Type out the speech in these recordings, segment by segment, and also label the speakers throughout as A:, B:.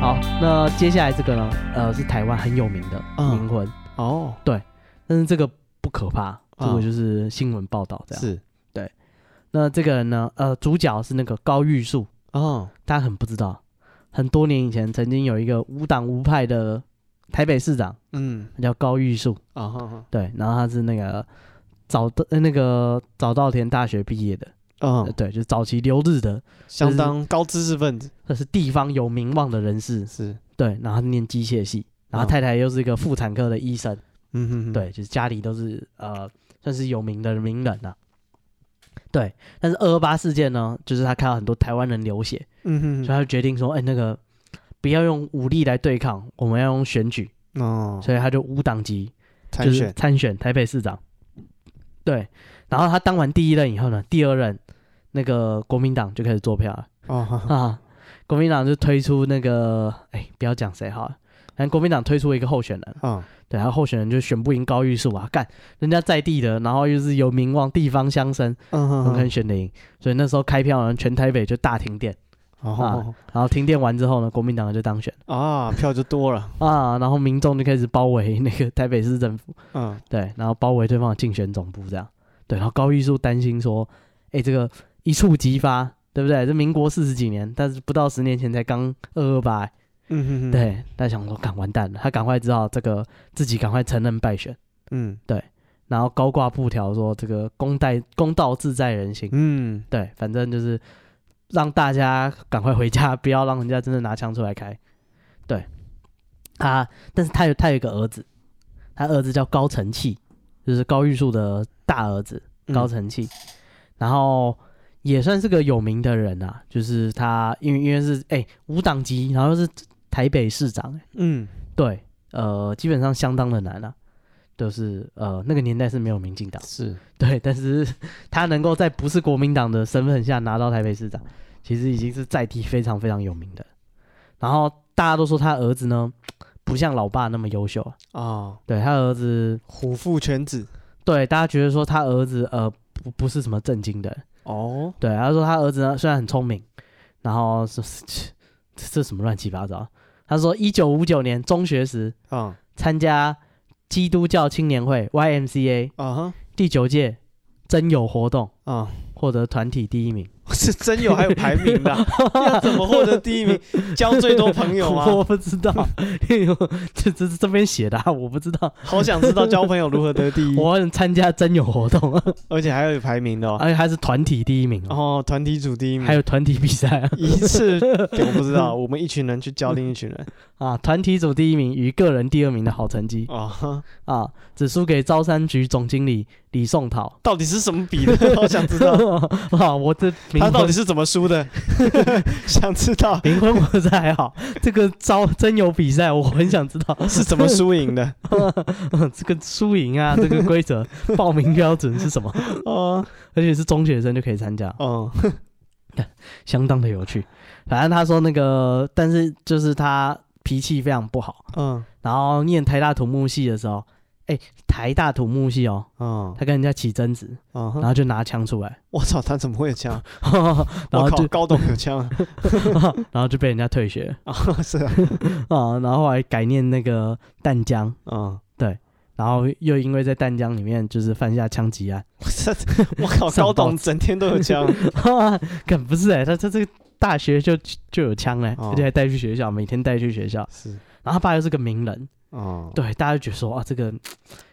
A: 好，那接下来这个呢，呃，是台湾很有名的
B: 嗯
A: 冥婚，
B: 哦，
A: 但是这个不可怕，这个就是新闻报道这样。
B: 啊是
A: 那这个人呢，呃，主角是那个高玉树，
B: 哦，
A: 大家很不知道，很多年以前曾经有一个无党无派的台北市长，
B: 嗯，
A: 他叫高玉树，
B: 啊哈哈，
A: 对，然后他是那个早稻呃那个早稻田大学毕业的，呃
B: 嗯，
A: 对，就是早期留日的，
B: 相当高知识分子
A: 这是地方有名望的人士，
B: 是，
A: 对，然后他念机械系，然后
B: 嗯
A: 太太又是一个妇产科的医生，
B: 嗯哼哼，
A: 对，就是家里都是呃算是有名的名人呐、啊。对，但是二二八事件呢，就是他看到很多台湾人流血，
B: 嗯哼
A: 所以
B: 哼，
A: 他就决定说，哎、那个不要用武力来对抗，我们要用选举，
B: 哦，
A: 所以他就无党籍就
B: 参
A: 是
B: 选，
A: 参选台北市长。对，然后他当完第一任以后呢，第二任那个国民党就开始做票了
B: 哦哈哈，
A: 啊，国民党就推出那个，哎，不要讲谁好了，反正国民党推出一个候选人，
B: 哦，
A: 对，然后候选人就选不赢高玉树啊，干，人家在地的，然后又是有名望，地方乡绅，
B: 嗯
A: 很
B: 哼
A: 可能
B: 哼，
A: 选得赢，所以那时候开票呢，全台北就大停电，
B: 哦
A: 然后停电完之后呢，国民党就当选
B: 啊，票就多了，
A: 啊，然后民众就开始包围那个台北市政府。
B: 嗯，
A: 对，然后包围对方的竞选总部这样。对，然后高玉树担心说，哎、这个一触即发，对不对？这民国四十几年，但是不到十年前才刚二二八，
B: 嗯哼哼，，
A: 对，他想说，赶完蛋了，他赶快知道这个自己赶快承认败选，
B: 嗯
A: 然后高挂布条说这个公代公道自在人心，
B: 嗯，
A: 对，反正就是让大家赶快回家，不要让人家真的拿枪出来开。对，他，但是他有他有一个儿子，他儿子叫高成器，就是高玉树的大儿子
B: 嗯
A: 高，成器，然后也算是个有名的人啊，就是他因为因为是哎、无党籍，然后又是台北市长、
B: 嗯，
A: 对，呃，基本上相当的难啊。就是呃，那个年代是没有民进党，
B: 是，
A: 对，但是他能够在不是国民党的身份下拿到台北市长，其实已经是在地非常非常有名的。然后大家都说他儿子呢，不像老爸那么优秀啊。
B: 哦，
A: 对他儿子，
B: 虎父犬子，
A: 对大家觉得说他儿子呃不不是什么正经的人，
B: 哦，
A: 对，他说他儿子呢虽然很聪明，然后是 这这什么乱七八糟啊？他说一九五九年中学时
B: 啊
A: 参加基督教青年会 YMCA
B: 啊哈，
A: 第九届真友活动，
B: 啊，
A: 获得团体第一名。
B: 是真有还有排名的 啊，要怎么获得第一名？交最多朋友啊
A: 我
B: 吗？
A: 不知道， 这这是这边写的、啊， 我不知道。
B: 好想知道交朋友如何得第一，
A: 我很参加真友活动，
B: 而且还有排名的哦，
A: 而且还是团体第一名哦，
B: 哦，团体组第一名，
A: 还有团体比赛 啊
B: 一次，我不知道，我们一群人去教另一群人
A: 啊，团体组第一名与个人第二名的好成绩
B: 啊、哦，。
A: 啊，只输给招商局总经理李宋涛
B: 到底是什么比的？ 好想 知道
A: 啊，我这冥
B: 他
A: 婚
B: 到底是怎么输的，想知道
A: 冥婚我是还好，啊 这个招真友比赛我很想知道
B: 是怎么输赢的。
A: 这个输赢啊，这个规则报名标准是什么，
B: 哦，
A: 而且是中学生就可以参加。
B: 哦，
A: 相当的有趣。反正他说那个，但是就是他脾气非常不好。
B: 嗯，
A: 然后念台大土木系的时候，哎、台大土木系哦，
B: 哦，
A: 他跟人家起争执，然
B: 哦，
A: 后就拿枪出来，
B: 我操，他怎么会有枪？
A: 然
B: 我
A: 后
B: 靠，
A: 就
B: 高董有 枪啊！
A: 然后就被人家退学
B: 哦，是啊，
A: 啊、然后后来改念那个淡江，
B: 嗯，
A: 然后又因为在淡江里面就是犯下枪击案，
B: 我操，我靠，
A: 上
B: 高
A: 报
B: 董整天都有 枪。
A: 可不是哎、他他这个大学就就有枪嘞、
B: 哦
A: 而且还带去学校，每天带去学校。
B: 是，
A: 然后他爸又是个名人，
B: 哦，
A: 对，大家就觉得说啊，这个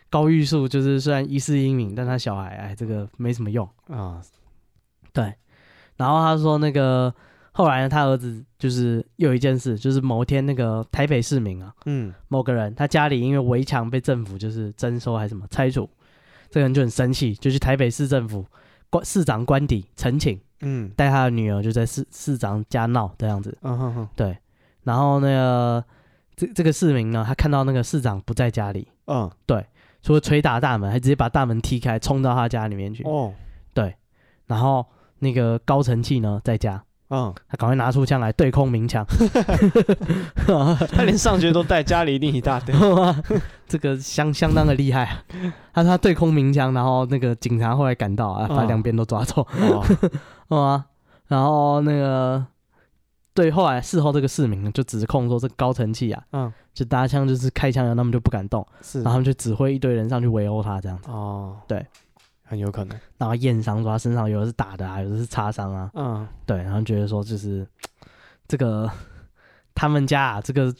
A: 高玉树就是虽然一世英名，但他小孩哎，这个没什么用。
B: 啊，
A: 然后他说那个后来呢，他儿子就是又有一件事，就是某天那个台北市民啊，
B: 嗯，
A: 某个人他家里因为围墙被政府就是征收还是什么拆除，这个人就很生气，就去台北市政府官市长官邸陈请，
B: 嗯，
A: 带他的女儿就在市市长家闹这样子。
B: 嗯哼哼，
A: 对，然后那个这这个市民呢，他看到那个市长不在家里，
B: 嗯，
A: 除了捶打大门，还直接把大门踢开，冲到他家里面去。
B: 哦，
A: 然后那个高成器呢在家，
B: 嗯，
A: 他赶快拿出枪来对空鸣枪。
B: 他连上学都带，家里一定一大堆。
A: 这个相相当的厉害啊！他说他对空鸣枪，然后那个警察后来赶到啊，把
B: 哦
A: 两边都抓走，
B: 哦，
A: 哦啊，然后那个对，后来事后这个市民呢就指控说这个高成器啊，
B: 嗯，
A: 就搭枪就是开枪，然后他们就不敢动，
B: 是
A: 然后他们就指挥一堆人上去围殴他这样子，
B: 哦，
A: 对，
B: 很有可能。
A: 然后验伤说他身上有的是打的啊，有的是擦伤啊，
B: 嗯，
A: 对，然后觉得说就是这个他们家啊，这个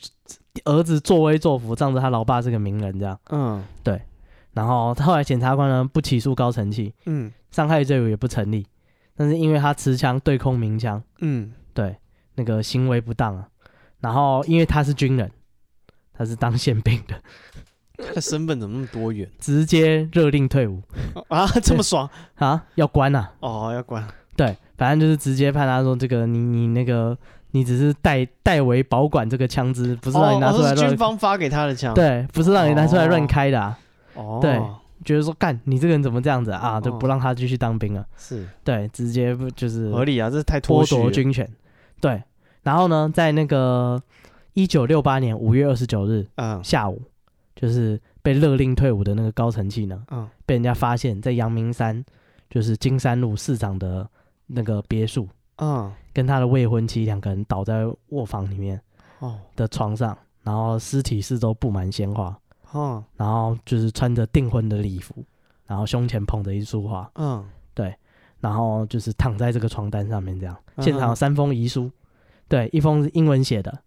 A: 儿子作威作福，仗着他老爸是个名人这样。
B: 嗯，
A: 然后后来检察官呢不起诉高成器，
B: 嗯，
A: 伤害罪也不成立，但是因为他持枪对空鸣枪，
B: 嗯，
A: 对那个行为不当啊，然后因为他是军人，他是当宪兵的，
B: 他的身份怎么那么 多元
A: 直接勒令退伍
B: 啊？这么爽
A: 啊，要关啊，
B: 哦，要管。
A: 对，反正就是直接判他说这个你你那个你只是代代为保管这个枪支，不
B: 不
A: 是让你拿出来
B: 哦是
A: 乱、
B: 军方发给他的枪。，
A: 对，不是让你拿出来乱开的、啊，
B: 哦，
A: 对觉得说干你这个人怎么这样子啊，就不
B: 哦
A: 让他继续当兵了，
B: 是
A: 对，直接不就是
B: 合理啊，这太脱
A: 剥
B: 序
A: 夺
B: 了。
A: 军权。对，然后呢，在那个一九六八年五月二十九日
B: 嗯
A: 下午，就是被勒令退伍的那个高成器呢，
B: 嗯
A: 被人家发现，在阳明山，就是金山路市长的那个别墅，
B: 嗯，
A: 跟他的未婚妻两个人倒在卧房里面
B: 哦
A: 的床上，然后尸体四周布满鲜花，
B: 哦
A: 然后就是穿着订婚的礼服，然后胸前捧着一束花，
B: 嗯，
A: 然后就是躺在这个床单上面这样。
B: 嗯
A: 现场有三封遗书，对，一封是英文写的，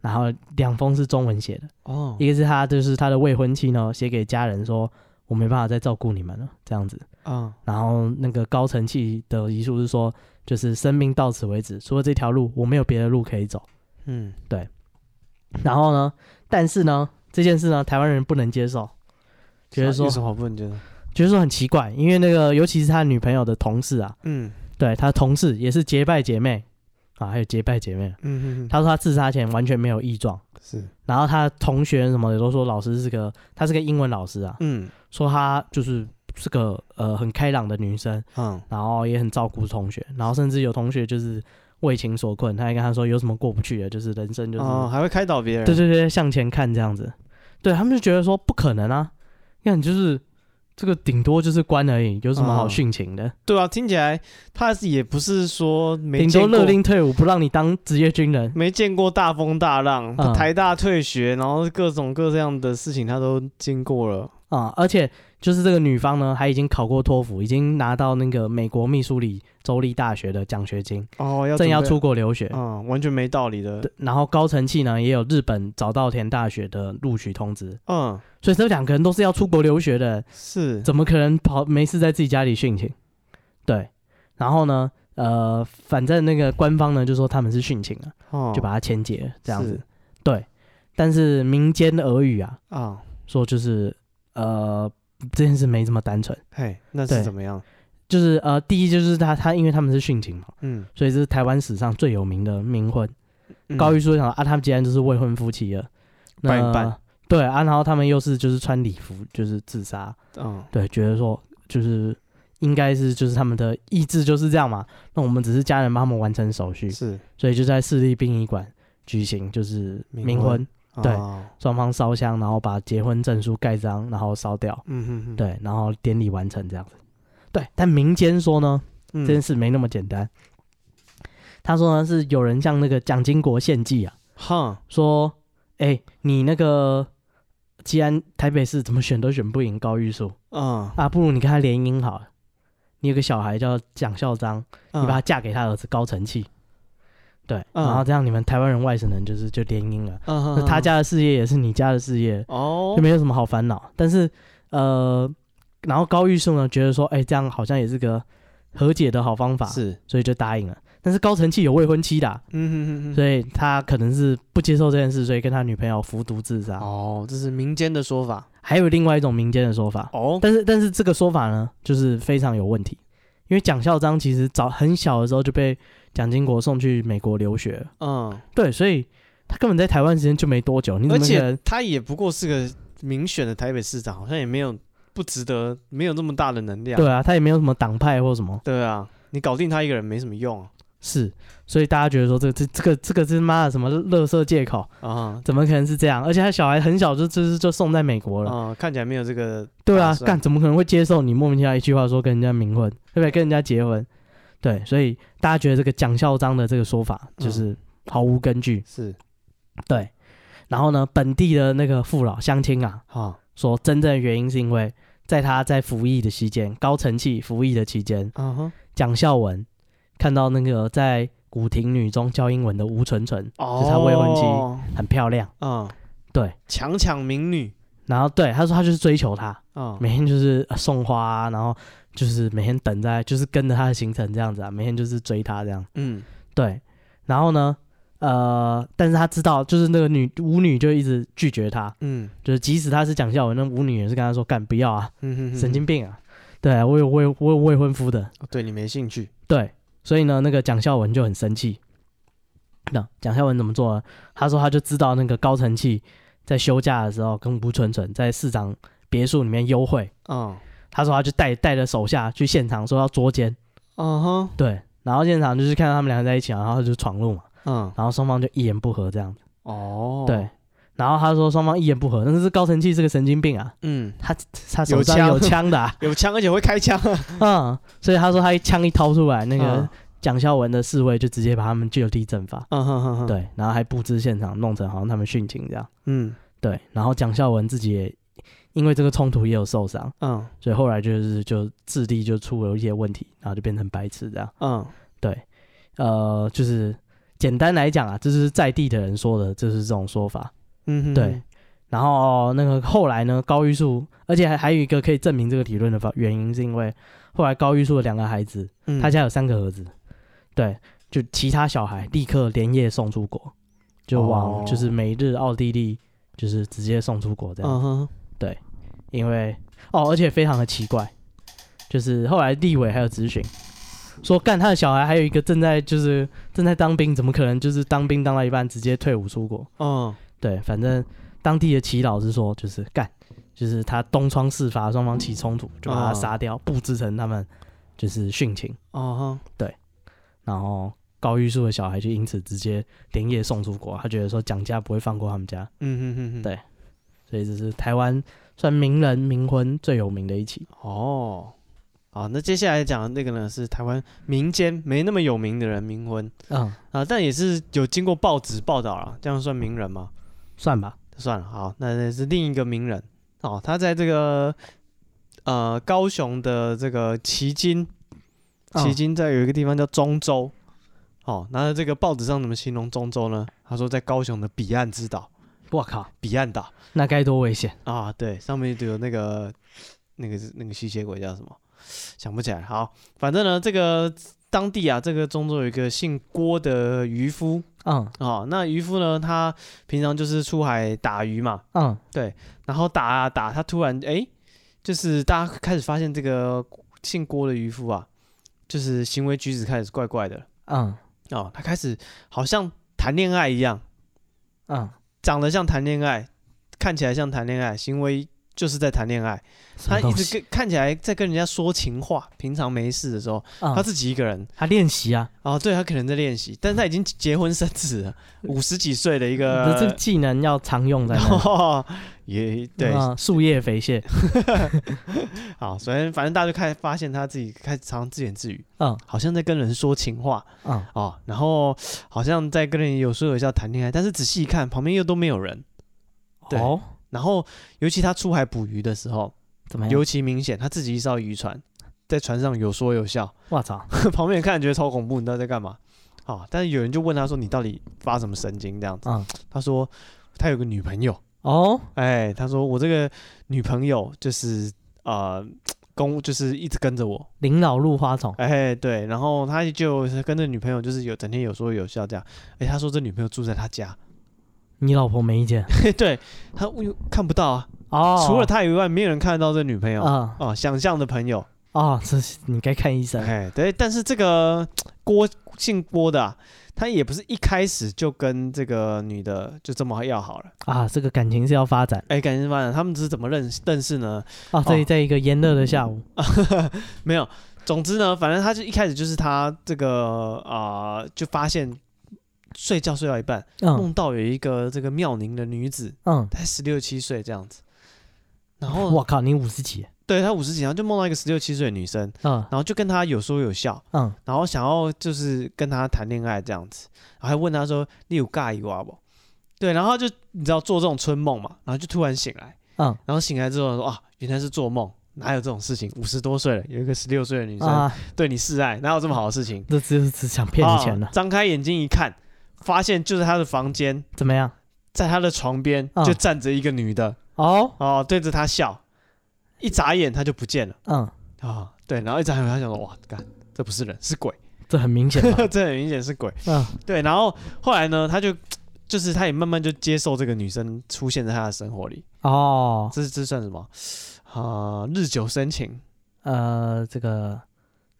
A: 然后两封是中文写的。
B: 哦
A: 一个是他就是他的未婚妻呢写给家人说，我没办法再照顾你们了这样子。
B: 嗯
A: 然后那个高成器的遗书是说，就是生命到此为止，除了这条路，我没有别的路可以走。
B: 嗯
A: 然后呢，但是呢，这件事呢，台湾人不能接受，觉得说
B: 有什么好不能觉得？
A: 觉得说很奇怪，因为那个尤其是他女朋友的同事啊，
B: 嗯
A: 对他同事也是结拜姐妹啊，还有结拜姐妹，
B: 嗯嗯，
A: 他说他自杀前完全没有异状，
B: 是
A: 然后他同学什么的都说老师是个，她是个英文老师啊，
B: 嗯
A: 说她就是是个呃很开朗的女生，
B: 嗯
A: 然后也很照顾同学，然后甚至有同学就是为情所困，他还跟他说有什么过不去的，就是人生就是、
B: 哦，还会开导别人。
A: 对对对向前看这样子，对他们就觉得说不可能啊，那你就是这个顶多就是关而已，有什么好
B: 嗯
A: 殉情的？
B: 对啊，听起来他也不是说没
A: 顶
B: 见
A: 多
B: 过
A: 勒令退伍，不让你当职业军人。
B: 没见过大风大浪，
A: 嗯
B: 台大退学，然后各种各样的事情他都经过了。
A: 啊、而且就是这个女方呢，还已经考过托福，已经拿到那个美国密苏里州立大学的奖学金，
B: 哦，要
A: 正要
B: 准
A: 出国留学。
B: 备，嗯，完全没道理的
A: 对。然后高成器呢，也有日本早稻田大学的录取通知，
B: 嗯，
A: 所以这两个人都是要出国留学的，
B: 是，
A: 怎么可能跑没事在自己家里殉情？对，然后呢，呃，反正那个官方呢就说他们是殉情啊，
B: 哦，
A: 就把他签结这样子
B: 是。
A: 对，但是民间的俄语啊，
B: 啊，
A: 说就是呃这件事没这么单纯。
B: 嘿，那
A: 对
B: 是怎么样？
A: 就是呃，第一就是他他因为他们是殉情嘛，
B: 嗯，
A: 所以这是台湾史上最有名的冥婚。
B: 嗯
A: 高玉书想啊，他们既然就是未婚夫妻了，那
B: 办一办
A: 对啊，然后他们又是就是穿礼服就是自杀，
B: 嗯，
A: 对，觉得说就是应该是就是他们的意志就是这样嘛。那我们只是家人帮他们完成手续，
B: 是，
A: 所以就在市立殡仪馆举行就是
B: 冥
A: 冥婚
B: 婚，
A: 对
B: 哦
A: 双方烧香，然后把结婚证书盖章，然后烧掉，
B: 嗯哼哼，
A: 对，然后典礼完成这样子。对，但民间说呢，
B: 嗯，
A: 这件事没那么简单。他说呢，是有人向那个蒋经国献计啊，
B: 哈，
A: 说，哎、你那个既然台北市怎么选都选不赢高玉树
B: 嗯，
A: 啊，不如你跟他联姻好了。你有个小孩叫蒋孝章，
B: 你
A: 你把他嫁给他儿子高成器，对，
B: 嗯
A: 然后这样你们台湾人外省人就是就联姻了，
B: 嗯
A: 那
B: 哼
A: 他家的事业也是你家的事业，
B: 哦
A: 就，没有什么好烦恼。但是呃，然后高玉树呢觉得说，哎、这样好像也是个和解的好方法，
B: 是，
A: 所以就答应了。但但是高承器有未婚妻的啊、
B: 嗯哼哼哼，
A: 所以他可能是不接受这件事，所以跟他女朋友服毒自杀。
B: 哦，这是民间的说法
A: 还有另外一种民间的说法，
B: 哦，
A: 但是但是这个说法呢，就是非常有问题，因为蒋孝章其实早很小的时候就被蒋经国送去美国留学了，
B: 嗯，
A: 对，所以他根本在台湾时间就没多久，你
B: 而
A: 怎么可
B: 且
A: 能？
B: 他也不过是个民选的台北市长，好像也没有不值得，没有那么大的能量，
A: 对啊，他也没有什么党派或什么，
B: 对啊，你搞定他一个人没什么用啊
A: 是，所以大家觉得说这这这个这个是妈的什么乐色借口，
B: 啊
A: 怎么可能是这样？而且他小孩很小就就是就送在美国了，
B: 啊，看起来没有这个
A: 对
B: 打
A: 啊，
B: 算
A: 干怎么可能会接受你莫名其妙一句话说跟人家冥婚，对不
B: 嗯
A: 对？跟人家结婚，对，所以大家觉得这个蒋孝章的这个说法
B: 嗯
A: 就是毫无根据，
B: 是
A: 对。然后呢，本地的那个父老乡亲啊，
B: 啊
A: 说真正的原因是因为在他在服役的期间，高承器服役的期间，
B: 啊哈
A: 蒋孝文看到那个在古亭女中教英文的吴纯纯
B: 哦，
A: 是他未婚妻很漂亮，
B: 啊，
A: 对，
B: 强抢民女
A: 然后对他说他就是追求她，
B: 啊，
A: 每天就是呃送花、啊，然后就是每天等在，就是跟着他的行程这样子啊，每天就是追他这样。
B: 嗯
A: 对，然后呢，呃，但是他知道，就是那个女舞女就一直拒绝他，
B: 嗯
A: 就是即使他是蒋孝文，那舞女也是跟他说干不要啊，
B: 嗯哼哼，
A: 神经病啊，对我有我有我有未婚夫的，
B: 哦对你没兴趣
A: 对，所以呢，那个蒋孝文就很生气。那蒋孝文怎么做呢？他说他就知道那个高承器在休假的时候跟吴纯纯在市长别墅里面幽会，
B: 啊
A: 他说他就带带着手下去现场，说要捉奸，
B: 啊哈
A: 对，然后现场就是看到他们两个在一起啊，然后就闯入嘛，
B: 嗯
A: 然后双方就一言不合这样子，
B: 哦
A: 对，然后他说双方一言不合，但是高承器是个神经病啊，
B: 嗯
A: 他他手上有
B: 有枪
A: 枪 的、啊，
B: 有枪而且会开枪啊
A: 嗯，所以他说他一枪一掏出来，那
B: 嗯
A: 个蒋孝文的侍卫就直接把他们就地正法，
B: 啊哈哈哈，
A: 对，然后还布置现场，弄成好像他们殉情这样，
B: 嗯
A: 对，然后蒋孝文自己也因为这个冲突也有受伤，
B: 嗯
A: 所以后来就是就智力就出了一些问题，然后就变成白痴这样。
B: 嗯
A: 呃，就是简单来讲啊，这是在地的人说的，就是这种说法。
B: 嗯哼
A: 对然后那个后来呢，高玉树，而且还还有一个可以证明这个理论的方原因，是因为后来高玉树的两个孩子，
B: 嗯
A: 他家有三个儿子，对，就其他小孩立刻连夜送出国，就往
B: 哦
A: 就是美日奥地利，就是直接送出国这样，
B: 嗯哼
A: 因为哦，而且非常的奇怪，就是后来立委还有咨询。说干他的小孩还有一个正在就是正在当兵，怎么可能就是当兵当到一半直接退伍出国？
B: 嗯
A: 对，反正当地的祈老是说，就是干，就是他东窗事发，双方起冲突，就把他杀掉，布置成他们就是殉情，
B: 哦
A: 然后高玉树的小孩就因此直接连夜送出国，他觉得说蒋家不会放过他们家，
B: 嗯哼哼哼
A: 对所以这是台湾算名人冥婚最有名的一起。
B: 哦。好，那接下来讲的那个呢，是台湾民间没那么有名的人冥婚
A: 嗯，
B: 啊，但也是有经过报纸报道了，这样算名人吗？
A: 算吧，
B: 算了，好，那那是另一个名人哦，他在这个呃高雄的这个旗津，
A: 嗯
B: 旗津在有一个地方叫中州，哦，那这个报纸上怎么形容中州呢？他说在高雄的彼岸之岛，
A: 我靠，
B: 彼岸岛
A: 那该多危险！
B: 啊，对，上面就有那个那个那个吸血鬼叫什么？想不起来。好，反正呢，这个当地啊，这个中州有一个姓郭的渔夫
A: 嗯
B: 哦，那渔夫呢，他平常就是出海打鱼嘛，
A: 嗯，
B: 然后打啊打，他突然哎、诶就是大家开始发现这个姓郭的渔夫啊，就是行为举止开始怪怪的
A: 嗯
B: 哦，他开始好像谈恋爱一样，
A: 嗯，
B: 长得像谈恋爱，看起来像谈恋爱，行为就是在谈恋爱。
A: 什
B: 他
A: 么
B: 一
A: 东
B: 直
A: 西？
B: 跟看起来在跟人家说情话，平常没事的时候，他
A: 他
B: 自己一个人
A: 他练习啊，
B: 哦，对他可能在练习，但是他已经结婚生 子了，五十几岁的一
A: 这这个
B: 个。
A: 技能要常用在那里。
B: 哦，也对，
A: 嗯树叶肥蟹，
B: 好，所以反正大家就开始发现他自己开始常常自言自语，
A: 嗯
B: 好像在跟人说情话
A: 嗯，
B: 哦，然后好像在跟人有说有笑谈恋爱，但是仔细一看旁边又都没有人，对
A: 哦，
B: 然后尤其他出海捕鱼的时候，
A: 怎么样？
B: 尤其明显，他自己一艘渔船，在船上有说有笑，
A: 我操，
B: 旁边人看了觉得超恐怖，你到底在干嘛？啊、但是有人就问他说你到底发什么神经这样子，
A: 嗯，
B: 他说他有个女朋友，
A: 哦，
B: 哎，他说我这个女朋友就是呃公就是一直跟着我，
A: 林老入花丛，
B: 哎，对，然后他就是跟着女朋友，就是有整天有说有笑这样。哎，他说这女朋友住在他家，
A: 你老婆没意见
B: 对他我又看不到啊，
A: 哦？
B: 除了他以外，没有人看得到这女朋友啊、
A: 啊
B: 哦想象的朋友，
A: 哦，这是你该看医生。
B: 哎，对，但是这个郭姓郭的、啊，他也不是一开始就跟这个女的就这么要好了。
A: 啊，这个感情是要发展
B: 哎，感情发展，他们只是怎么认识认识呢？
A: 啊！这
B: 哦
A: 在一个炎热的下午，
B: 没有，总之呢，反正他就一开始就是他这个啊、就发现睡觉睡到一半，
A: 嗯
B: 梦到有一个这个妙龄的女子，
A: 嗯，
B: 才十六七岁这样子。然后，
A: 我靠，你五十几，
B: 对他五十几，然后就梦到一个十六七岁的女生，
A: 嗯
B: 然后就跟他有说有笑，
A: 嗯，
B: 然后想要就是跟他谈恋爱这样子，然后还问他说：“你有尬一啊瓜不？”对，然后就你知道做这种春梦嘛，然后就突然醒来，
A: 嗯，
B: 然后醒来之后说：“啊，原来是做梦，哪有这种事情？五十多岁了，有一个十六岁的女生、
A: 啊，
B: 对你示爱，哪有这么好的事情
A: 这就是只想骗你
B: 啊
A: 钱了，
B: 张开眼睛一看，发现就是他的房间，
A: 怎么样？
B: 在他的床边
A: 嗯
B: 就站着一个女的，
A: 哦，
B: 哦，对着他笑，一眨眼他就不见了
A: 嗯，
B: 啊、对，然后一眨眼他想说：“哇，干，这不是人，是鬼，
A: 这很明显 吧？
B: 这很明显啊是鬼。”
A: 嗯
B: 对，然后后来呢，他就就是他也慢慢就接受这个女生出现在他的生活里，
A: 哦，
B: 这这算什么啊、日久生情，
A: 呃，这个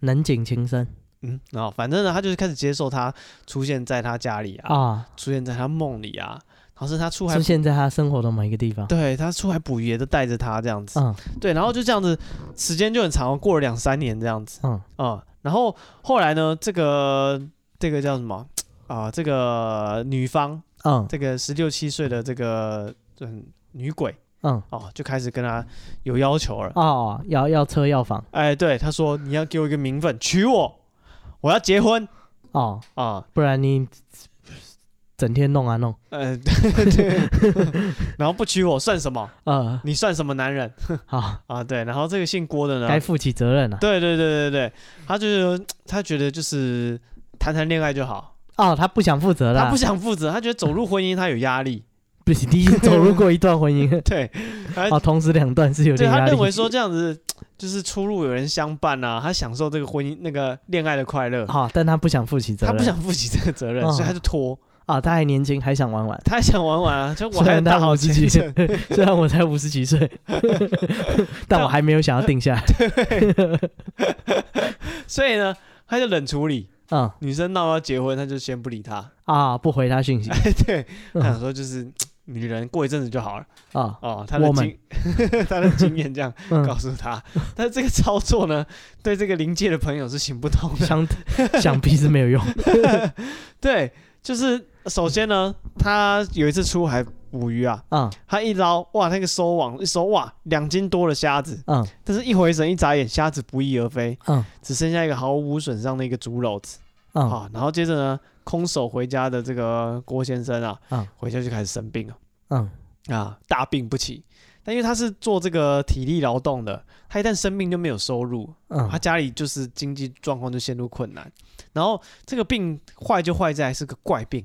A: 能景情深
B: 嗯，然后反正呢，他就是开始接受她出现在他家里啊，
A: 啊，
B: 出现在他梦里啊，然后是他出海
A: 出，现在他生活的某一个地方。
B: 对他出海捕鱼也都带着他这样子，
A: 嗯
B: 对，然后就这样子，时间就很长哦，过了两三年这样子
A: 嗯，
B: 啊、然后后来呢，这个这个叫什么啊、这个女方，
A: 嗯
B: 这个十六七岁的这个嗯女鬼。
A: 嗯，
B: 哦，就开始跟他有要求了。
A: 哦，要要车要房
B: 哎，对，他说你要给我一个名分，娶我，我要结婚
A: 哦，
B: 啊。
A: 不然你整天弄啊弄，
B: 呃， 对，然后不娶我算什么？
A: 呃，
B: 你算什么男人
A: 好，
B: 啊？对，然后这个姓郭的
A: 该
B: 呢，
A: 负起责任了。
B: 对对对对对，他就是他觉得就是谈谈恋爱就好，
A: 哦，他不想负责啦，
B: 他不想负责，他觉得走入婚姻他有压力，，
A: 不行，你已经走入过一段婚姻了
B: 对，他
A: 哦，同时两段是有
B: 对
A: 点
B: 他
A: 压力。
B: 认为说这样子就是出入有人相伴啊，他享受这个婚姻那个恋爱的快乐，
A: 好、但他不想负起哦责
B: 他
A: 任，
B: 不想负起这个责任，
A: 嗯
B: 所以他就拖。
A: 啊、他还年轻，还想玩玩。
B: 他还想玩玩啊，就我
A: 虽
B: 还有
A: 然
B: 大
A: 他
B: 好
A: 五十
B: 前
A: 几
B: 程
A: 岁。， 虽然我才五十几岁， 但我还没有想要定下来。
B: 所以呢，他就冷处理。
A: 嗯
B: 女生闹要结婚，他就先不理他。
A: 啊，不回他 讯息啊、
B: 对，他想说就是女人过一阵子就好了哦。他的
A: Woman
B: 经 他的经验这样告
A: 啊嗯，
B: 诉他，但是这个操作呢，对这个临界的朋友是行不通的。
A: 想想必是没 有用。
B: 对，就是首先呢，他有一次出海捕鱼啊，
A: 嗯
B: 他一捞哇，那个收网一收哇，两斤多的虾子，
A: 嗯
B: 但是一回神一眨眼，虾子不翼而飞，
A: 嗯
B: 只剩下一个毫无损伤的一个竹篓子。
A: 嗯，
B: 啊，然后接着呢，空手回家的这个郭先生啊，
A: 嗯
B: 回家就开始生病了，
A: 嗯，
B: 啊，大病不起。但因为他是做这个体力劳动的，他一旦生病就没有收入，
A: 嗯
B: 他家里就是经济状况就陷入困难。然后这个病坏就坏在是个怪病，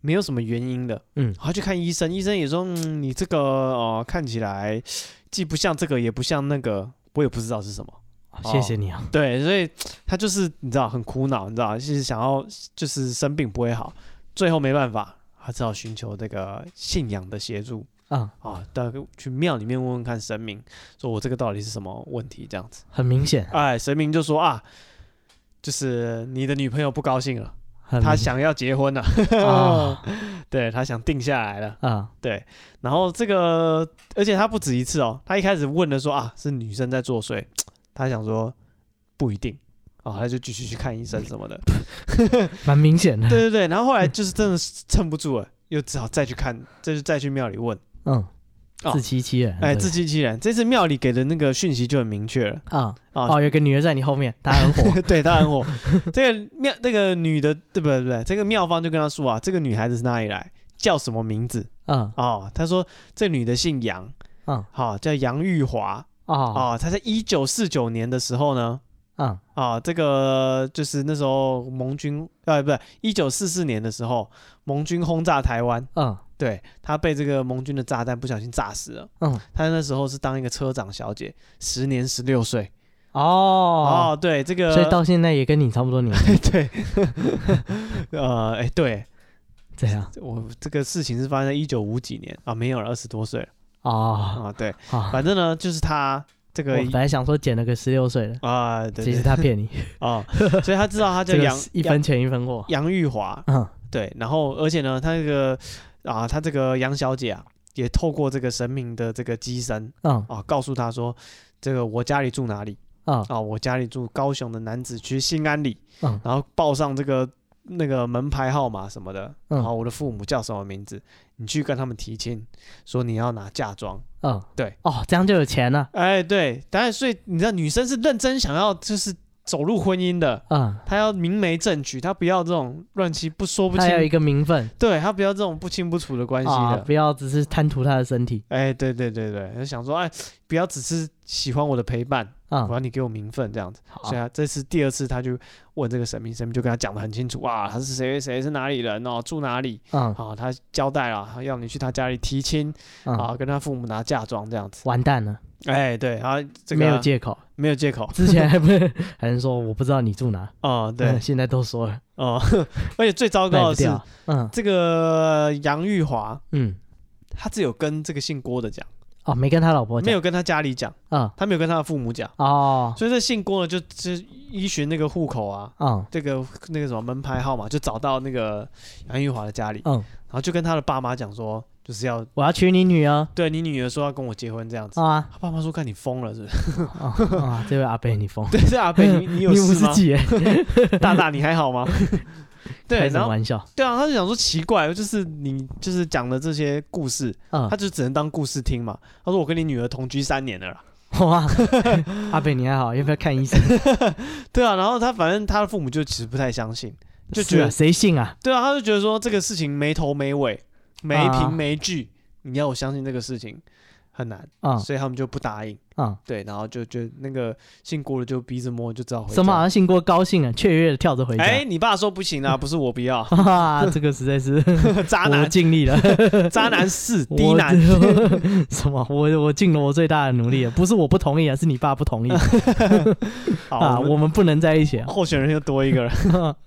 B: 没有什么原因的。
A: 嗯
B: 他去看医生，医生也说，嗯，你这个呃看起来既不像这个，也不像那个，我也不知道是什么。
A: 谢谢你啊。
B: 对，所以他就是你知道很苦恼，你知道，就是想要就是生病不会好，最后没办法，他只好寻求这个信仰的协助
A: 嗯，
B: 啊，到去庙里面问问看神明，说我这个到底是什么问题这样子。
A: 很明显，
B: 哎，神明就说啊，就是你的女朋友不高兴了，
A: 很
B: 她
A: 明
B: 想要结婚了，
A: 啊
B: 对她想定下来了。
A: 啊
B: 对，然后这个，而且他不止一次哦，他一开始问的说啊，是女生在作祟，他想说不一定，哦，他就继续去看医生什么的，
A: 蛮明显的。
B: 对对对，然后后来就是真的是撑不住了，又只好再去看，再去再去庙里问，
A: 嗯，
B: 哦
A: 自欺欺人。嗯
B: 哎，
A: 对
B: 自欺欺人，这次庙里给的那个讯息就很明确了
A: 啊
B: 啊，
A: 哦，有个女儿在你后面，她很 火。
B: 对他很火，这个庙那个女的对不对？对，这个庙方就跟他说啊，这个女孩子是哪里来，叫什么名字
A: 嗯
B: 哦？他说这女的姓杨，
A: 嗯
B: 好、叫杨玉华。
A: 哦
B: 啊，他在一九四九年的时候呢，
A: 嗯
B: 啊，这个就是那时候盟军，呃，不是一九四四年的时候，盟军轰炸台湾，
A: 嗯
B: 对他被这个盟军的炸弹不小心炸死了。
A: 嗯
B: 他那时候是当一个车长小姐，时年十六岁，
A: 哦，
B: 哦，对，这个
A: 所以到现在也跟你差不多年纪，
B: 对，呃，哎，对
A: 这 样
B: 我这个事情是发生在一九五几年啊，没有了，二十多岁了
A: 哦，
B: 啊，对，
A: 好，
B: 反正呢，就是他这
A: 我
B: 个
A: 本来想说减了个十六岁了，
B: 啊，对
A: 其实
B: 对
A: 他骗你，
B: 啊，所以他知道他 叫
A: 这个
B: 杨
A: 是一分钱一分货，
B: 杨杨玉华，
A: 嗯，
B: 对，然后而且呢，他这个啊，他这个杨小姐啊，也透过这个神明的这个机身
A: 嗯
B: 啊，告诉他说，这个我家里住哪里
A: 嗯
B: 啊？我家里住高雄的南子区新安里，
A: 嗯
B: 然后报上这个那个门牌号码什么的，
A: 嗯
B: 然后我的父母叫什么名字，你去跟他们提亲，说你要拿嫁妆。
A: 嗯，
B: 对，
A: 哦，这样就有钱了，
B: 哎，对，当然，所以你知道，女生是认真想要就是走入婚姻的，
A: 嗯，
B: 她要明媒正娶，她不要这种乱七不说不
A: 他
B: 清
A: 有一个名分
B: 对他不要这种不清不楚的关系
A: 啊，
B: 的。
A: 不要只是贪图他的身体，
B: 哎，对对对对，就想说，哎，不要只是喜欢我的陪伴，我
A: 嗯，
B: 要你给我名分这样子。
A: 好
B: 所以他这次第二次，他就问这个神明，神明就跟他讲的很清楚啊，他是谁谁谁是哪里人哦，住哪里
A: 嗯
B: 啊，他交代了，要你去他家里提亲
A: 嗯，
B: 啊，跟他父母拿嫁妆这样子。
A: 完蛋了，
B: 哎，对，然后这个
A: 没有借 口，
B: 没有借口
A: 之前还不是还是说我不知道你住哪，
B: 哦，对
A: 嗯现在都说了，
B: 哦， 而且最糟
A: 卖
B: 糕
A: 不
B: 的是
A: 掉，嗯
B: 这个杨玉华，
A: 嗯，
B: 他只有跟这个姓郭的讲，
A: 哦，没跟他老婆
B: 没
A: 讲，
B: 有跟他家里讲，
A: 嗯，
B: 他没有跟他的父母讲。
A: 哦，
B: 所以这姓郭呢，就就依循那个户口啊，
A: 嗯
B: 这个那个什么门牌号码，就找到那个杨玉华的家里，
A: 嗯，
B: 然后就跟他的爸妈讲说，就是要
A: 我要娶你女儿
B: 对你女儿说要跟我结婚这样子。
A: 啊
B: 他爸妈说：“看你疯了是不 是，
A: 啊啊！这位阿贝，你疯？”
B: 对，是阿贝， 你你有
A: 你五
B: 事
A: 十
B: 吗？
A: 几耶？
B: 大大，你还 好吗？对，
A: 开什
B: 然
A: 么
B: 后
A: 玩笑？
B: 对啊，他就想说奇怪，就是你就是讲的这些故事，
A: 嗯
B: 他，就只能当故事听嘛。他说：“我跟你女儿同居三年了啦。
A: 哇， 阿贝你还好？要不要看医生？”
B: 对啊，然后他反正他的父母就其实不太相信， 就觉
A: 是
B: 得
A: 啊谁信啊？
B: 对啊，他就觉得说这个事情没头没尾，没
A: 啊
B: 凭没据，你要我相信这个事情很难，
A: 嗯
B: 所以他们就不答应。
A: 嗯，
B: 对，然后就就那个姓郭的就逼着摸就知道回家。
A: 什么好像信郭高兴啊，雀跃的跳着回家。
B: 哎、你爸说不行啊，不是我不要，
A: 啊，这个实在是
B: 渣
A: 我
B: 男，
A: 尽力了，
B: 渣男是
A: 我啊
B: 低男。
A: 什么？我我尽了我最大的努力了，不是我不同意啊，是你爸不同意
B: 好，
A: 啊，
B: 我们
A: 我们不能在一起啊。
B: 候选人又多一个人。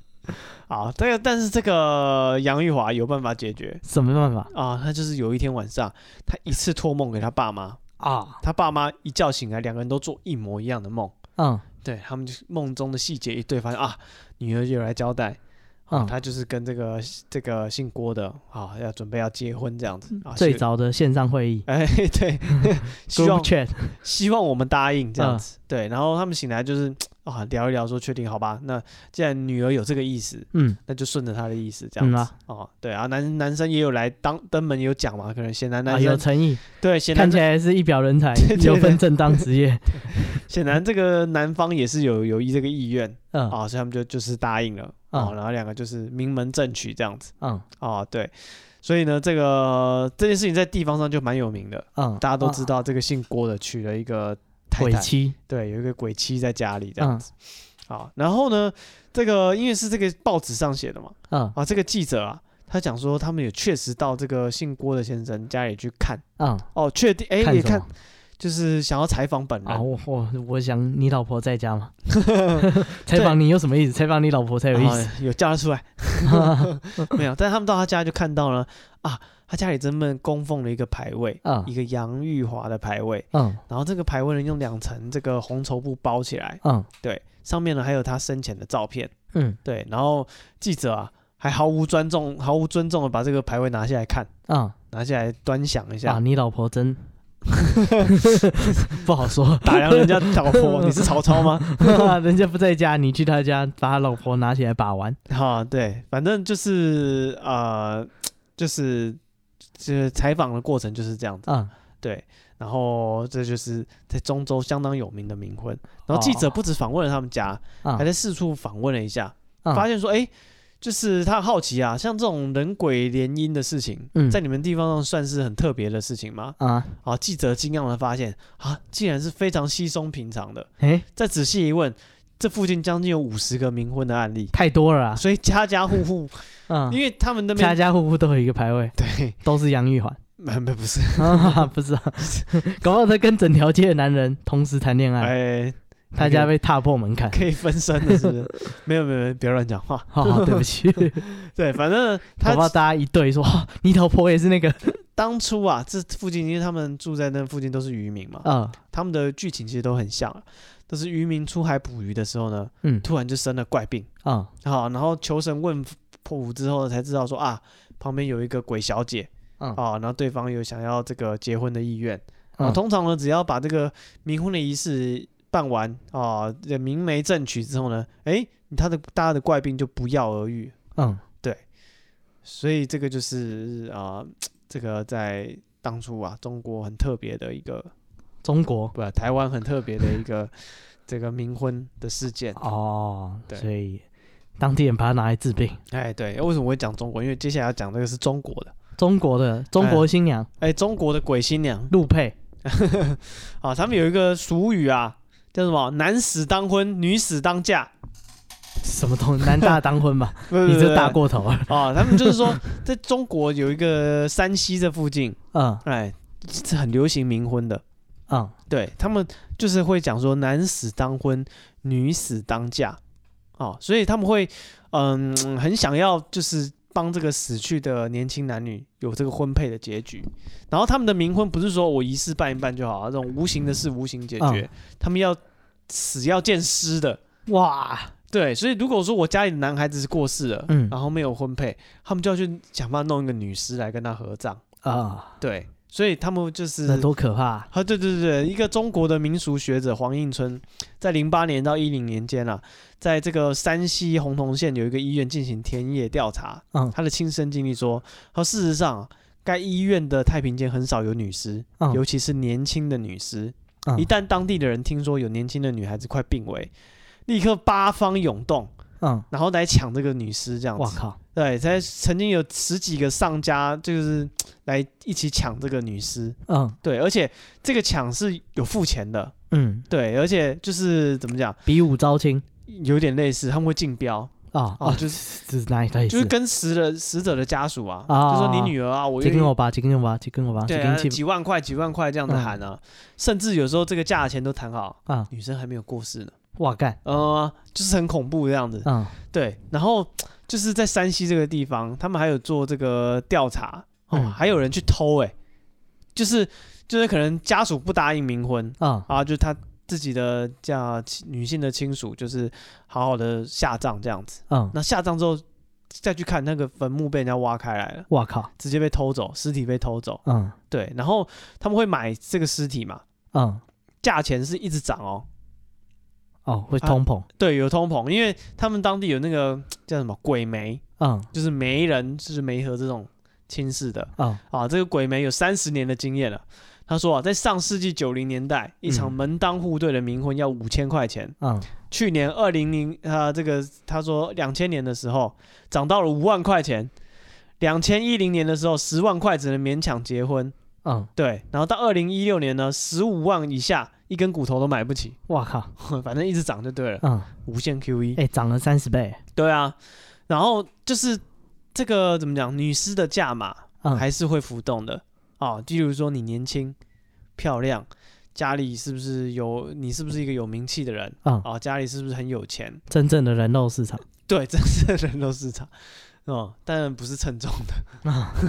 B: 好，这个但是这个杨玉华有办法解决
A: 什么办法
B: 啊，他就是有一天晚上，他一次托梦给他爸妈，
A: 啊？
B: 他爸妈一觉醒来，两个人都做一模一样的梦。
A: 嗯
B: 对他们就是梦中的细节一对，发现啊，女儿有来交代，啊，
A: 嗯，
B: 她就是跟这个这个姓郭的啊，要准备要结婚这样子啊，
A: 最
B: 希
A: 早的线上会议
B: 哎 对，希望
A: ，Group Chat，
B: 希望我们答应这样
A: 嗯
B: 子，对，然后他们醒来就是啊聊一聊说确定好吧，那既然女儿有这个意思，
A: 嗯
B: 那就顺着她的意思这
A: 嗯
B: 样
A: 啊，
B: 子哦，对啊，男男生也有来当登门也有讲嘛，可能显然
A: 啊，
B: 男
A: 有
B: 生
A: 诚意，
B: 对显然
A: 看起来是一表人才，
B: 对
A: 有分正当职业。
B: 显然这个男方也是有有意这个意愿
A: 嗯
B: 啊，所以他们就就是答应了啊，然后两个就是名门正娶这样子。
A: 嗯
B: 哦，对，所以呢，这个这件事情在地方上就蛮有名的，
A: 嗯，
B: 大家都知道这个姓郭的娶了一个太
A: 鬼
B: 太，
A: 妻嗯
B: 对，有一个鬼妻在家里这样子。啊，然后呢，这个因为是这个报纸上写的嘛，
A: 嗯
B: 啊，这个记者啊，他讲说他们也确实到这个姓郭的先生家里去看，
A: 嗯，
B: 哦，确定，哎，
A: 看
B: 也
A: 什
B: 看
A: 么，
B: 就是想要采访本人
A: 啊？。我我我想你老婆在家 吗？ 采访你有什么意思？采访你老婆才有意思。
B: 啊有叫他 出来，没有，但他们到他家就看到了啊，他家里真的供奉了一个牌位，
A: 嗯
B: 一个杨玉华的牌位，
A: 嗯
B: 然后这个牌位呢用两层这个红绸布包起来，
A: 嗯
B: 对，上面呢还有他生前的照片，
A: 嗯
B: 对，然后记者啊还毫无尊重、毫无尊重的把这个牌位拿下来看，
A: 嗯
B: 拿下来端详一
A: 啊，
B: 下，
A: 你老婆
B: ，
A: 真 不好说啊
B: 打 量人家老婆，你是曹操吗？
A: 人家不在家，你去他家把他老婆拿起来把玩。
B: 哈、啊对，反正就是呃，就是就是采访的过程就是这样子，
A: 嗯
B: 对。然后这就是在中州相当有名的冥婚。然后记者
A: 哦
B: 不止访问了他们家，还
A: 嗯
B: 在四处访问了一下，发
A: 嗯
B: 现说，哎、就是他好奇啊，像这种人鬼联姻的事情，
A: 嗯
B: 在你们地方上算是很特别的事情吗？
A: 啊，
B: 啊，记者惊讶的发现啊，竟然是非常稀松平常的。
A: 哎，
B: 再仔细一问，这附近将近有五十个冥婚的案例，
A: 太多了啊。
B: 所以家家户户， 因
A: 嗯，
B: 为他们那
A: 家
B: 边
A: 家户户都有一个牌位，
B: 对，
A: 都是杨玉环。
B: 没没不是，
A: 啊，不是啊，搞不好他跟整条街的男人同时谈恋爱，
B: 哎，
A: 他家被踏破门槛。
B: 可以分身的，是不是？ 没有没有，没有不要乱讲话。
A: 好 好，对不起，
B: 对，反正
A: 搞不好
B: 他
A: 大家一对说，哇 你老婆也是那 个，
B: 当初啊，这附近因为他们住在那附近都是渔民嘛，
A: 嗯
B: 他们的剧情其实都很像啊，都是渔民出海捕鱼的时候呢，
A: 嗯
B: 突然就生了怪病，
A: 嗯
B: 好，然后求神问卜之后才知道说啊，旁边有一个鬼小姐
A: 嗯
B: 啊，然后对方有想要这个结婚的意愿啊，
A: 嗯，
B: 通常呢，只要把这个冥婚的仪式办完啊，这明媒正娶之后呢，哎，他的大家的怪病就不药而愈，
A: 嗯，
B: 所以这个就是啊、这个在当初啊，中国很特别的一个，
A: 中国
B: 不，台湾很特别的一个 这个冥婚的事件。
A: 哦，
B: 对
A: 所以当地人把它拿来治病。
B: 哎，对，为什么我会讲中国？因为接下来要讲这个是中国的，
A: 中国的中国新娘
B: 哎，中国的鬼新娘
A: 陆佩，
B: 啊，他们有一个俗语啊，叫什么“男死当婚，女死当嫁
A: 什么东西男大当婚 吧？”，
B: 不是
A: 你这大
B: 不是
A: 过头了。
B: 啊，他们就是说，在中国有一个山西这附近，
A: 嗯
B: 哎，是很流行冥婚的。
A: 嗯，
B: 对他们就是会讲说男死当婚，女死当嫁，哦，所以他们会嗯很想要就是帮这个死去的年轻男女有这个婚配的结局。然后他们的冥婚不是说我仪式办一办就好啊，这种无形的事无形解决，
A: 嗯
B: 他们要死要见尸的。
A: 哇，
B: 对，所以如果说我家里的男孩子是过世了，
A: 嗯
B: 然后没有婚配，他们就要去想办法弄一个女尸来跟他合葬。
A: 啊，
B: 对，所以他们就是
A: 那多可怕！
B: 啊，对对对，一个中国的民俗学者黄应春，在零八年到一零年间啊，在这个山西洪洞县有一个医院进行田野调查，
A: 嗯
B: 他的亲身经历说，他说事实上啊、该医院的太平间很少有女尸，
A: 嗯
B: 尤其是年轻的女尸。
A: 嗯
B: 一旦当地的人听说有年轻的女孩子快病危，立刻八方涌动，
A: 嗯，
B: 然后来抢这个女尸，这样
A: 我
B: 子。
A: 靠，
B: 对，才曾经有十几个上家就是来一起抢这个女尸。
A: 嗯
B: 对，而且这个抢是有付钱的，
A: 嗯，
B: 对，而且就是怎么讲，
A: 比武招亲
B: 有点类似，他们会竞标，
A: 啊
B: 哦
A: 啊，
B: 就是
A: 这是哪里？哪里
B: 就是跟死的死者的家属啊，
A: 啊
B: 就说你女儿啊，我
A: 几
B: 愿
A: 根我
B: 意。
A: 吧，几根我吧，几根我吧，几
B: 对啊，
A: 根气
B: 几万块、几万块这样子
A: 嗯
B: 喊啊，甚至有时候这个价钱都谈好
A: 啊
B: 女生还没有过世呢，
A: 哇干，
B: 呃，就是很恐怖这样子。
A: 嗯
B: 对，然后就是在山西这个地方，他们还有做这个调查，哦，
A: 嗯
B: 还有人去偷、欸，就是就是可能家属不答应冥婚，
A: 嗯
B: 啊，就是他自己的这样啊亲女性的亲属，就是好好的下葬这样子。
A: 嗯，
B: 那下葬之后再去看那个坟墓被人家挖开来了，
A: 我靠，
B: 直接被偷走，尸体被偷走。
A: 嗯
B: 对，然后他们会买这个尸体嘛，
A: 嗯
B: 价钱是一直涨哦。
A: 哦，会通膨，
B: 对，有通膨，因为他们当地有那个叫什么鬼媒，
A: 嗯
B: 就是媒人，就是媒和这种亲事的
A: 嗯
B: 啊。这个鬼媒有三十年的经验了。他说啊，在上世纪九零年代，一场
A: 嗯
B: 门当户对的冥婚要五千块钱，
A: 嗯，
B: 去年二零零啊，这个他说两千年的时候涨到了五万块钱，两千一零年的时候十万块只能勉强结婚，
A: 嗯，
B: 对，然后到二零一六年呢，十五万以下一根骨头都买不起，
A: 我靠，
B: 反正一直涨就对了，
A: 嗯，
B: 无限 QE，、
A: 哎，涨了三十倍，
B: 对啊，然后就是这个怎么讲，女尸的价码
A: 嗯
B: 还是会浮动的啊，例如说你年轻漂亮，家里是不是有你是不是一个有名气的人
A: 嗯，
B: 啊，家里是不是很有钱？
A: 真正的人肉市场，
B: 对，这是人肉市场，哦，当然不是称重的，
A: 嗯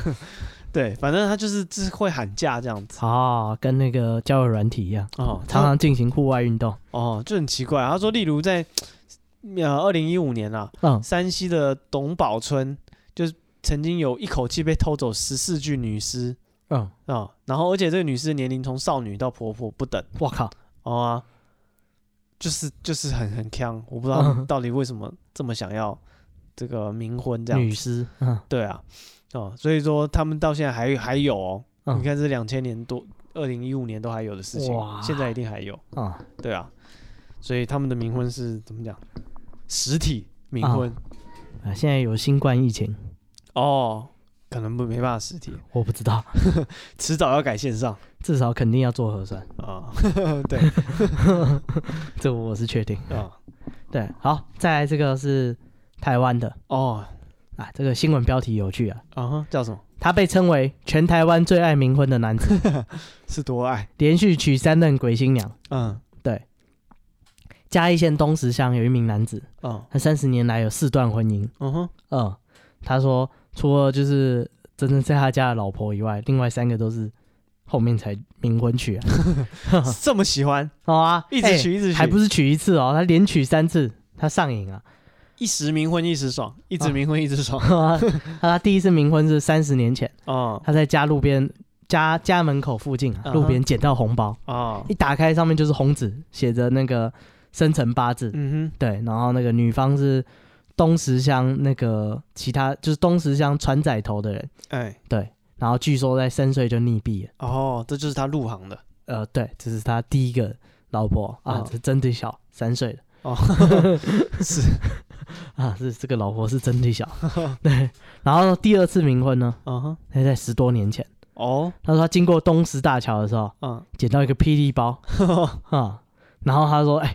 B: 对，反正他就是就是会喊价这样子
A: 哦，跟那个交友软体一样，
B: 哦，
A: 常
B: 他
A: 常进行户外运动，
B: 哦就很奇怪啊，他说例如在呃二零一五年啊，
A: 嗯
B: 山西的董堡村就是曾经有一口气被偷走十四具女尸
A: 嗯，
B: 啊、哦然后而且这个女尸的年龄从少女到婆婆不等
A: 我靠，
B: 哦啊、就是就是很很呛，我不知道
A: 嗯
B: 他们到底为什么这么想要这个冥婚这样子
A: 女尸，嗯
B: 对啊，哦，所以说他们到现在还还有哦，
A: 嗯
B: 你看这两千年多，二零一五年都还有的事情
A: 哇，
B: 现在一定还有，
A: 嗯，
B: 对啊，所以他们的冥婚是怎么讲？实体冥婚、
A: 啊，现在有新冠疫情，啊
B: 哦，可能不没办法实体，
A: 我不知道，
B: 迟早要改线上
A: 至少肯定要做核酸，
B: 啊、对
A: 这我是确定。
B: 啊、
A: 对，好，再来这个是台湾的
B: 哦
A: 啊，这个新闻标题有趣啊，
B: 啊哈，叫什么？
A: 他被称为全台湾最爱冥婚的男子，
B: 是多爱？
A: 连续娶三任鬼新娘。
B: 嗯
A: 对，嘉义县东石乡有一名男子，
B: 哦，
A: 他三十年来有四段婚姻。
B: 嗯哼，
A: 嗯，他说除了就是真正在他家的老婆以外，另外三个都是后面才冥婚娶、啊。
B: 这么喜欢，
A: 好啊，
B: 一直
A: 哎
B: 娶一直娶，
A: 还不是娶一次哦，他连娶三次，他上瘾啊。
B: 一时冥婚一时爽，一直
A: 啊
B: 冥婚一直爽。
A: 他他第一次冥婚是三十年前，
B: 哦
A: 他在家路边家家门口附近啊，
B: 嗯哼
A: 路边捡到红包，
B: 哦，
A: 一打开上面就是红纸，写着那个生辰八字，
B: 嗯
A: 对，然后那个女方是东石乡那个其他就是东石乡船仔头的人，
B: 哼，哎，
A: 然后据说在三岁就溺毙了。
B: 哦，这就是他入行的。
A: 呃，对，这是他第一个老婆啊，
B: 嗯
A: 这真的小，三岁的
B: 哦，是，
A: 啊，是这个老婆是真的小。对，然后第二次冥婚呢，
B: 嗯哼，
A: 那在十多年前，
B: 哦，
A: 他说他经过东石大桥的时候，
B: 嗯，
A: 捡到一个霹雳包啊、然后他说，哎、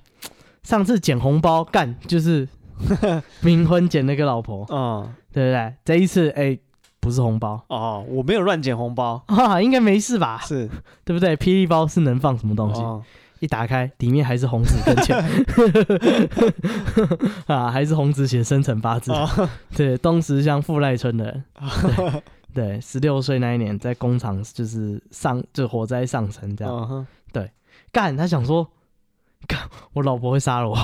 A: 上次捡红包干就是 冥婚捡了个老婆，
B: 嗯，
A: 对不对？这一次哎、不是红包。
B: 哦，我没有乱捡红包，
A: 啊，应该没事吧？
B: 是，
A: 对不对？霹雳包是能放什么东西？
B: 哦，
A: 一打开，里面还是红纸跟 钱， 啊，还是红纸写生辰八字。
B: 哦
A: 对，东石乡富赖村的人，对，十六岁那一年在工厂就是上就火灾上身这样。
B: 嗯哼，
A: 干，他想说，干，我老婆会杀了我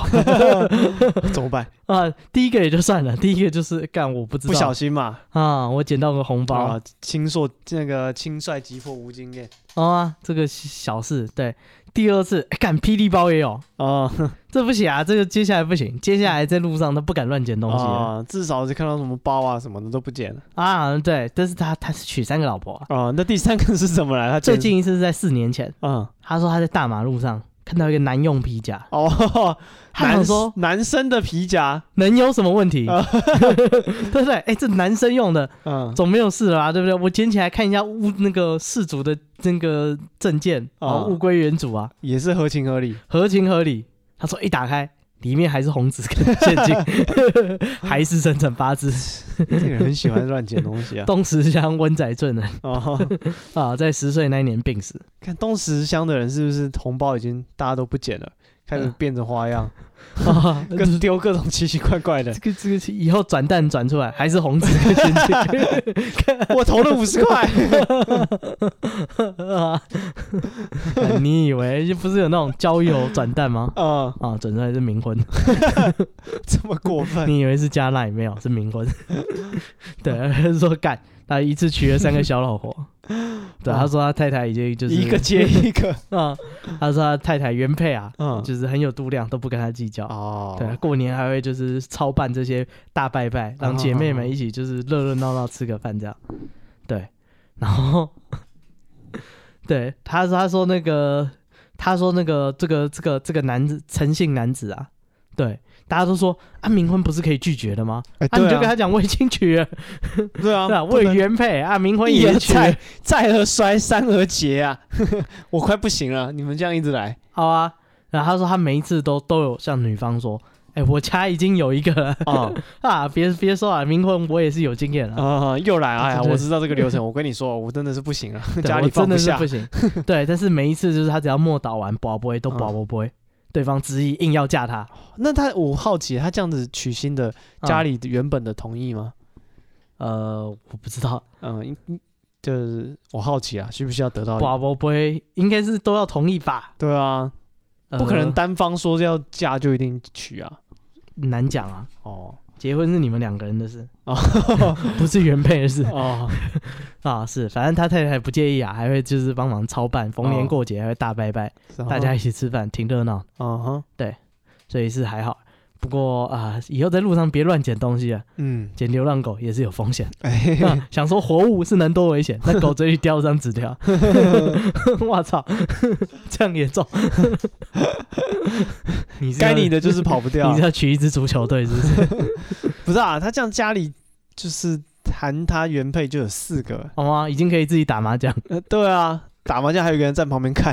B: 怎么办？
A: 啊！第一个也就算了，第一个就是干，我不知
B: 不小
A: 道
B: 心嘛，
A: 啊，我捡到个红包
B: 啊，轻率那个轻率击破无经验。
A: 哦啊，这个小事。对，第二次哎干霹雳包也有，
B: 哦，
A: 这不行啊，这个接下来不行，接下来在路上他不敢乱捡东西了、
B: 啊，至少是看到什么包啊什么的都不捡 了。
A: 啊。对，但是他他是娶三个老婆、啊，
B: 哦，那第三个是怎么来？他捡
A: 最，近一次是在四年前，
B: 嗯，
A: 他说他在大马路上看到一个男用皮夹，
B: 哦，
A: 他
B: 男
A: 想说
B: 男生的皮夹，
A: 能有什么问题？
B: 啊
A: 对不对？哎，这男生用的
B: 嗯，
A: 总没有事了吧？啊对不对？我捡起来看一下物那个事主的那个证件，
B: 啊
A: 啊，物归原主啊，
B: 也是合情合 理。
A: 合情合理。他说一打开。里面还是红纸跟现 金，还是生辰八 字。
B: 这个人很喜欢乱捡东西啊。
A: 东石乡温仔镇人
B: 哦，
A: 啊，在十岁那一年病死。
B: 看东石乡的人是不是红包已经大家都不捡了，开始
A: 嗯
B: 变着 花样，
A: 啊，
B: 各丢各种奇奇怪怪 的
A: 这。个这个是以后转蛋转出来还是红纸跟现金
B: 我投了五十块，
A: 啊？你以为不是有那种交友转蛋吗？
B: 啊，
A: 啊，转出来是冥婚，
B: 这么过 分？
A: 你以为是加赖没有？是冥 婚。对，他就说干，他一次娶了三个小老 婆。对，他说他太太已经就是
B: 一个接一个，
A: 啊，他说他太太原配啊，
B: 嗯，
A: 就是很有度量，都不跟他计较。
B: 哦，
A: 对，啊过年还会就是操办这些大拜拜，让姐妹们一起就是热热闹闹吃个饭这样。对，然后对他说他说那个他说那个这个这个这个男子诚信男子啊，对，大家都说啊冥婚不是可以拒绝的吗？
B: 哎，
A: 啊你
B: 对
A: 就跟
B: 啊，
A: 他讲我已经娶了，
B: 对啊，
A: 对啊，
B: 不
A: 我
B: 能
A: 已原配啊，冥婚
B: 一
A: 也
B: 而
A: 娶了，
B: 再，再而衰，三而竭啊！ 我快不行了，你们这样一 直来，
A: 好啊。然后他说他每一次都都有向女方说，哎、我家已经有一个了
B: 啊
A: 啊，别别说啊，冥婚我也是有经验了。
B: 啊，又来！哎呀，
A: 对
B: 我知道这个 流程，我跟你说，我真的是不行了，
A: 对
B: 家
A: 我
B: 里放
A: 真的是
B: 下
A: 不。行。 对，但是每一次就是他只要默祷完，宝不会都宝
B: 嗯
A: 不会，对方执意硬要嫁他。
B: 那他，我好奇，他这样子娶新的，哦
A: 嗯
B: 家里原本的同意吗？
A: 呃，我不知道，
B: 嗯，应应就是我好奇啊，需不需要得到？
A: 宝宝不会应该是都要同意吧？
B: 对啊，
A: 呃
B: 不可能单方说要嫁就一定娶啊。
A: 难讲啊。
B: 哦
A: 结婚是你们两个人的事，
B: 哦
A: 不是原配的事
B: 哦，
A: 啊。是，反正他太太不介意啊，还会就是帮忙操办，逢年
B: 哦
A: 过节还会大拜拜，
B: 然后
A: 大家一起吃饭，挺热闹，
B: 嗯哼，
A: 所以是还好。不过啊、以后在路上别乱捡东西啊，
B: 嗯，
A: 捡流浪狗也是有风险。
B: 哎，
A: 啊 想说活物是能多危 险？那狗嘴里叼张纸条，我操， 这样严 重。你是要
B: 该 你，的就是跑不掉啊
A: 你是。要娶一支足球队是 不是？
B: 不是啊，他这样家里就是谈他原配就有四个，
A: 好哦啊吗？已经可以自己打麻将
B: 呃， 对啊，打麻将还有一个人站旁边看，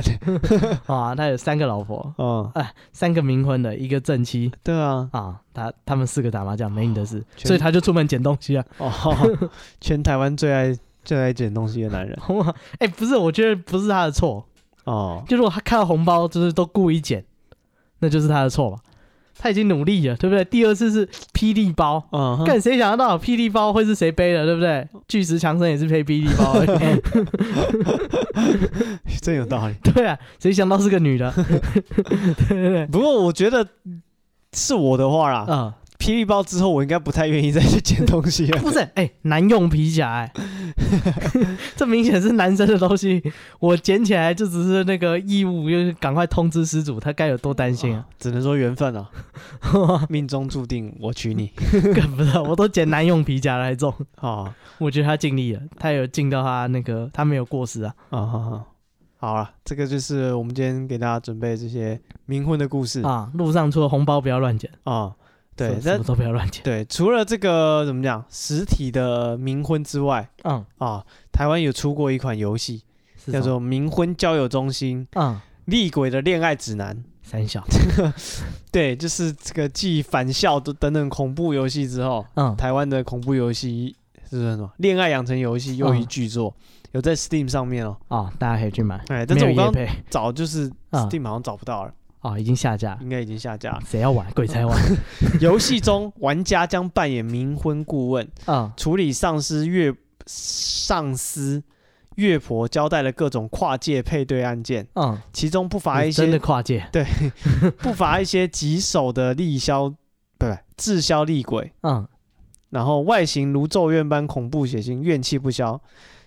A: 啊！他有三个老婆，
B: 哦，
A: 哎，三个冥婚的，一个正妻
B: 对啊，
A: 啊。他他们四个打麻将没你的事，
B: 全
A: 所以他就出门捡东西啊。
B: 哦， 全台湾最爱最爱捡东西的男人
A: 哇，哎，不是，我觉得不是他的错，
B: 哦，
A: 就如果他看到红包就是都故意捡，那就是他的错吧？他已经努力了，对不对？第二次是霹雳包，
B: 嗯哼，
A: 干谁想得到霹雳包会是谁背的，对不对？巨石强森也是背霹雳 包哎而已，
B: 真有道理。
A: 对啊，谁想到是个女的？
B: 不过我觉得是我的话啦，
A: 啊、
B: 霹雳包之后我应该不太愿意再去捡东西 了。
A: 不是，哎、男用皮夹、哎， 这明显是男生的东西，我捡起来就只是那个义务，就是赶快通知失主，他该有多担心啊！
B: 哦只能说缘分 啊，命中注定我娶你
A: 更不是，我都捡男用皮夹来种，
B: 啊
A: 我觉得他尽力了，他有尽到他那个，他没有过失啊
B: 啊！啊好了，这个就是我们今天给大家准备这些冥婚的故事啊
A: 啊！路上除了红包不要乱捡，
B: 对，
A: 什
B: 那
A: 么都不要乱捡，
B: 对，除了这个怎么讲实体的冥婚之外
A: 嗯，
B: 啊，台湾有出过一款游戏
A: 是
B: 叫
A: 什么
B: 做《冥婚交友中心：
A: 嗯
B: 厉鬼的恋爱指南》。
A: 三小，
B: 对，就是这个继返校等等等恐怖游戏之后，
A: 嗯
B: 台湾的恐怖游戏是什么？恋爱养成游戏又一巨作，有在 Steam 上面哦。
A: 哦，大家可以去买，
B: 哎，
A: 嗯
B: 但
A: 没啊
B: 是
A: 有
B: 我
A: 业
B: 刚
A: 配
B: 找就是 Steam 好像找不到了，
A: 哦，已经下架了，。
B: 应该已经下架了
A: 谁要玩？鬼才玩，
B: 游戏中玩家将扮演冥婚顾问，
A: 嗯
B: 处理上司岳上司岳婆交代了各种跨界配对案件，
A: 嗯，
B: 其中不乏一
A: 真的
B: 些
A: 跨界，
B: 不乏一些棘手的利销，不不滞销厉鬼，
A: 嗯
B: 然后外形如咒怨般恐怖血腥，怨气不消，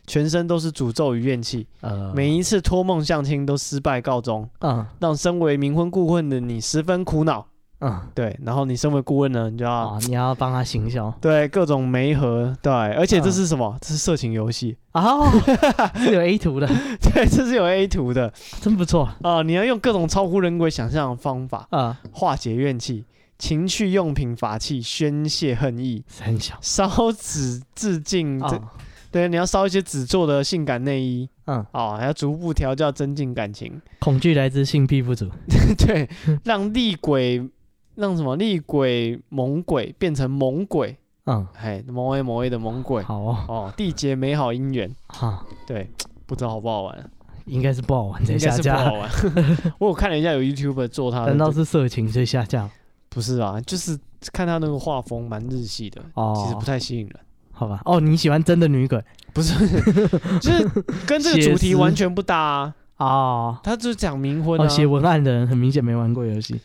B: 全身都是诅咒与怨气。
A: 呃，
B: 每一次托梦相亲都失败告终，
A: 嗯
B: 让身为冥婚顾问的你十分苦恼。
A: 嗯
B: 对，然后你身为顾问呢，你就要、
A: 啊，你要帮他行销
B: 对各种媒合，对，而且这
A: 嗯
B: 是什么？这是色情游戏，
A: 哦， 是有 A 图的，
B: 对，这是有 A 图的
A: 真不错
B: 啊、你要用各种超乎人鬼想象的方法
A: 啊，
B: 化解怨气，情趣用品法器宣泄恨意。
A: 三小
B: 烧纸致敬，嗯这
A: 啊，
B: 对，你要烧一些纸做的性感内衣
A: 嗯，
B: 哦，还要逐步调教增进感情，
A: 恐惧来自性癖不足，
B: 对，
A: 嗯
B: 让厉鬼，让什么厉鬼猛鬼变成猛鬼，
A: 嗯，
B: 哎，某 A 某 A 的猛鬼
A: 好哦，
B: 哦，缔结美好姻缘，
A: 哈，
B: 对，不知道好不好玩，
A: 应该是不好玩才
B: 应
A: 下
B: 该是不好
A: 架，
B: 玩。 我有看了一下，有 YouTube 做他的，
A: 难道是色情所以下架？
B: 不是啊？就是看他那个画风蛮日系的，其实
A: 哦
B: 不，太吸引人，
A: 好吧，哦，你喜欢真的女鬼
B: 不是，就是跟这个主题完全不搭、啊。
A: 哦，
B: 他就讲冥婚啊，
A: 哦，写文案的人很明显没玩过游戏，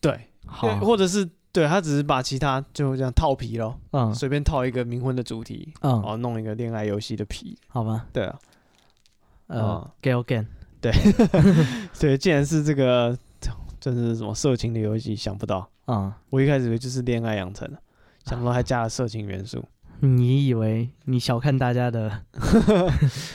B: 对，
A: 好
B: 对，，或者是对他只是把其他就这样套皮咯，
A: 嗯
B: 随便套一个冥婚的主题，然
A: 嗯，
B: 后弄一个恋爱游戏的皮。
A: 好吧，
B: 对 啊，
A: 呃
B: 哦
A: ，Gal Gan，
B: 对，竟然是这个，真是什么色情的游戏，想不到。
A: 嗯，
B: 我一开始以为就是恋爱养成了，想不到还加了色情元素
A: 你以为你小看大家 的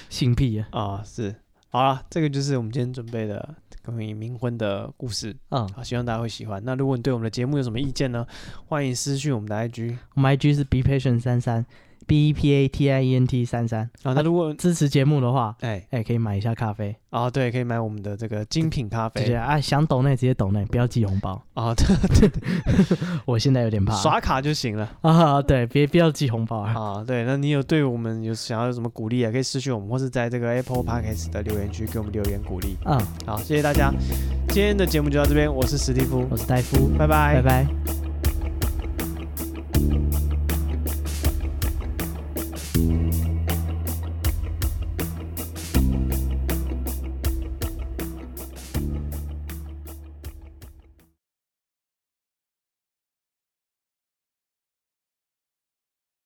A: 性癖啊？
B: 啊！是，好了，这个就是我们今天准备的关于冥婚的故事
A: 嗯，
B: 啊，希望大家会喜欢。那如果你对我们的节目有什么意见呢，欢迎私讯我们的 IG
A: 我们 IG 是 be patient 三三 b e p a t i e n t 三三。
B: 啊。那如果
A: 支持节目的话，
B: 哎
A: 哎、可以买一下咖啡，
B: 啊，对，可以买我们的这个精品咖
A: 直接
B: 啡
A: 啊，想抖内直接抖内，不要寄红包。
B: 啊，对，
A: 我现在有点怕
B: 刷卡就行了
A: 啊，对，别不要寄红包啊。
B: 啊。对，那你有对我们有想要有什么鼓励啊，可以私讯我们，或是在这个 Apple Podcast 的留言区给我们留言鼓励。
A: 嗯，
B: 好，谢谢大家，今天的节目就到这边，我是史蒂夫
A: 我，是戴夫，
B: 拜
A: 拜
B: 拜
A: 拜。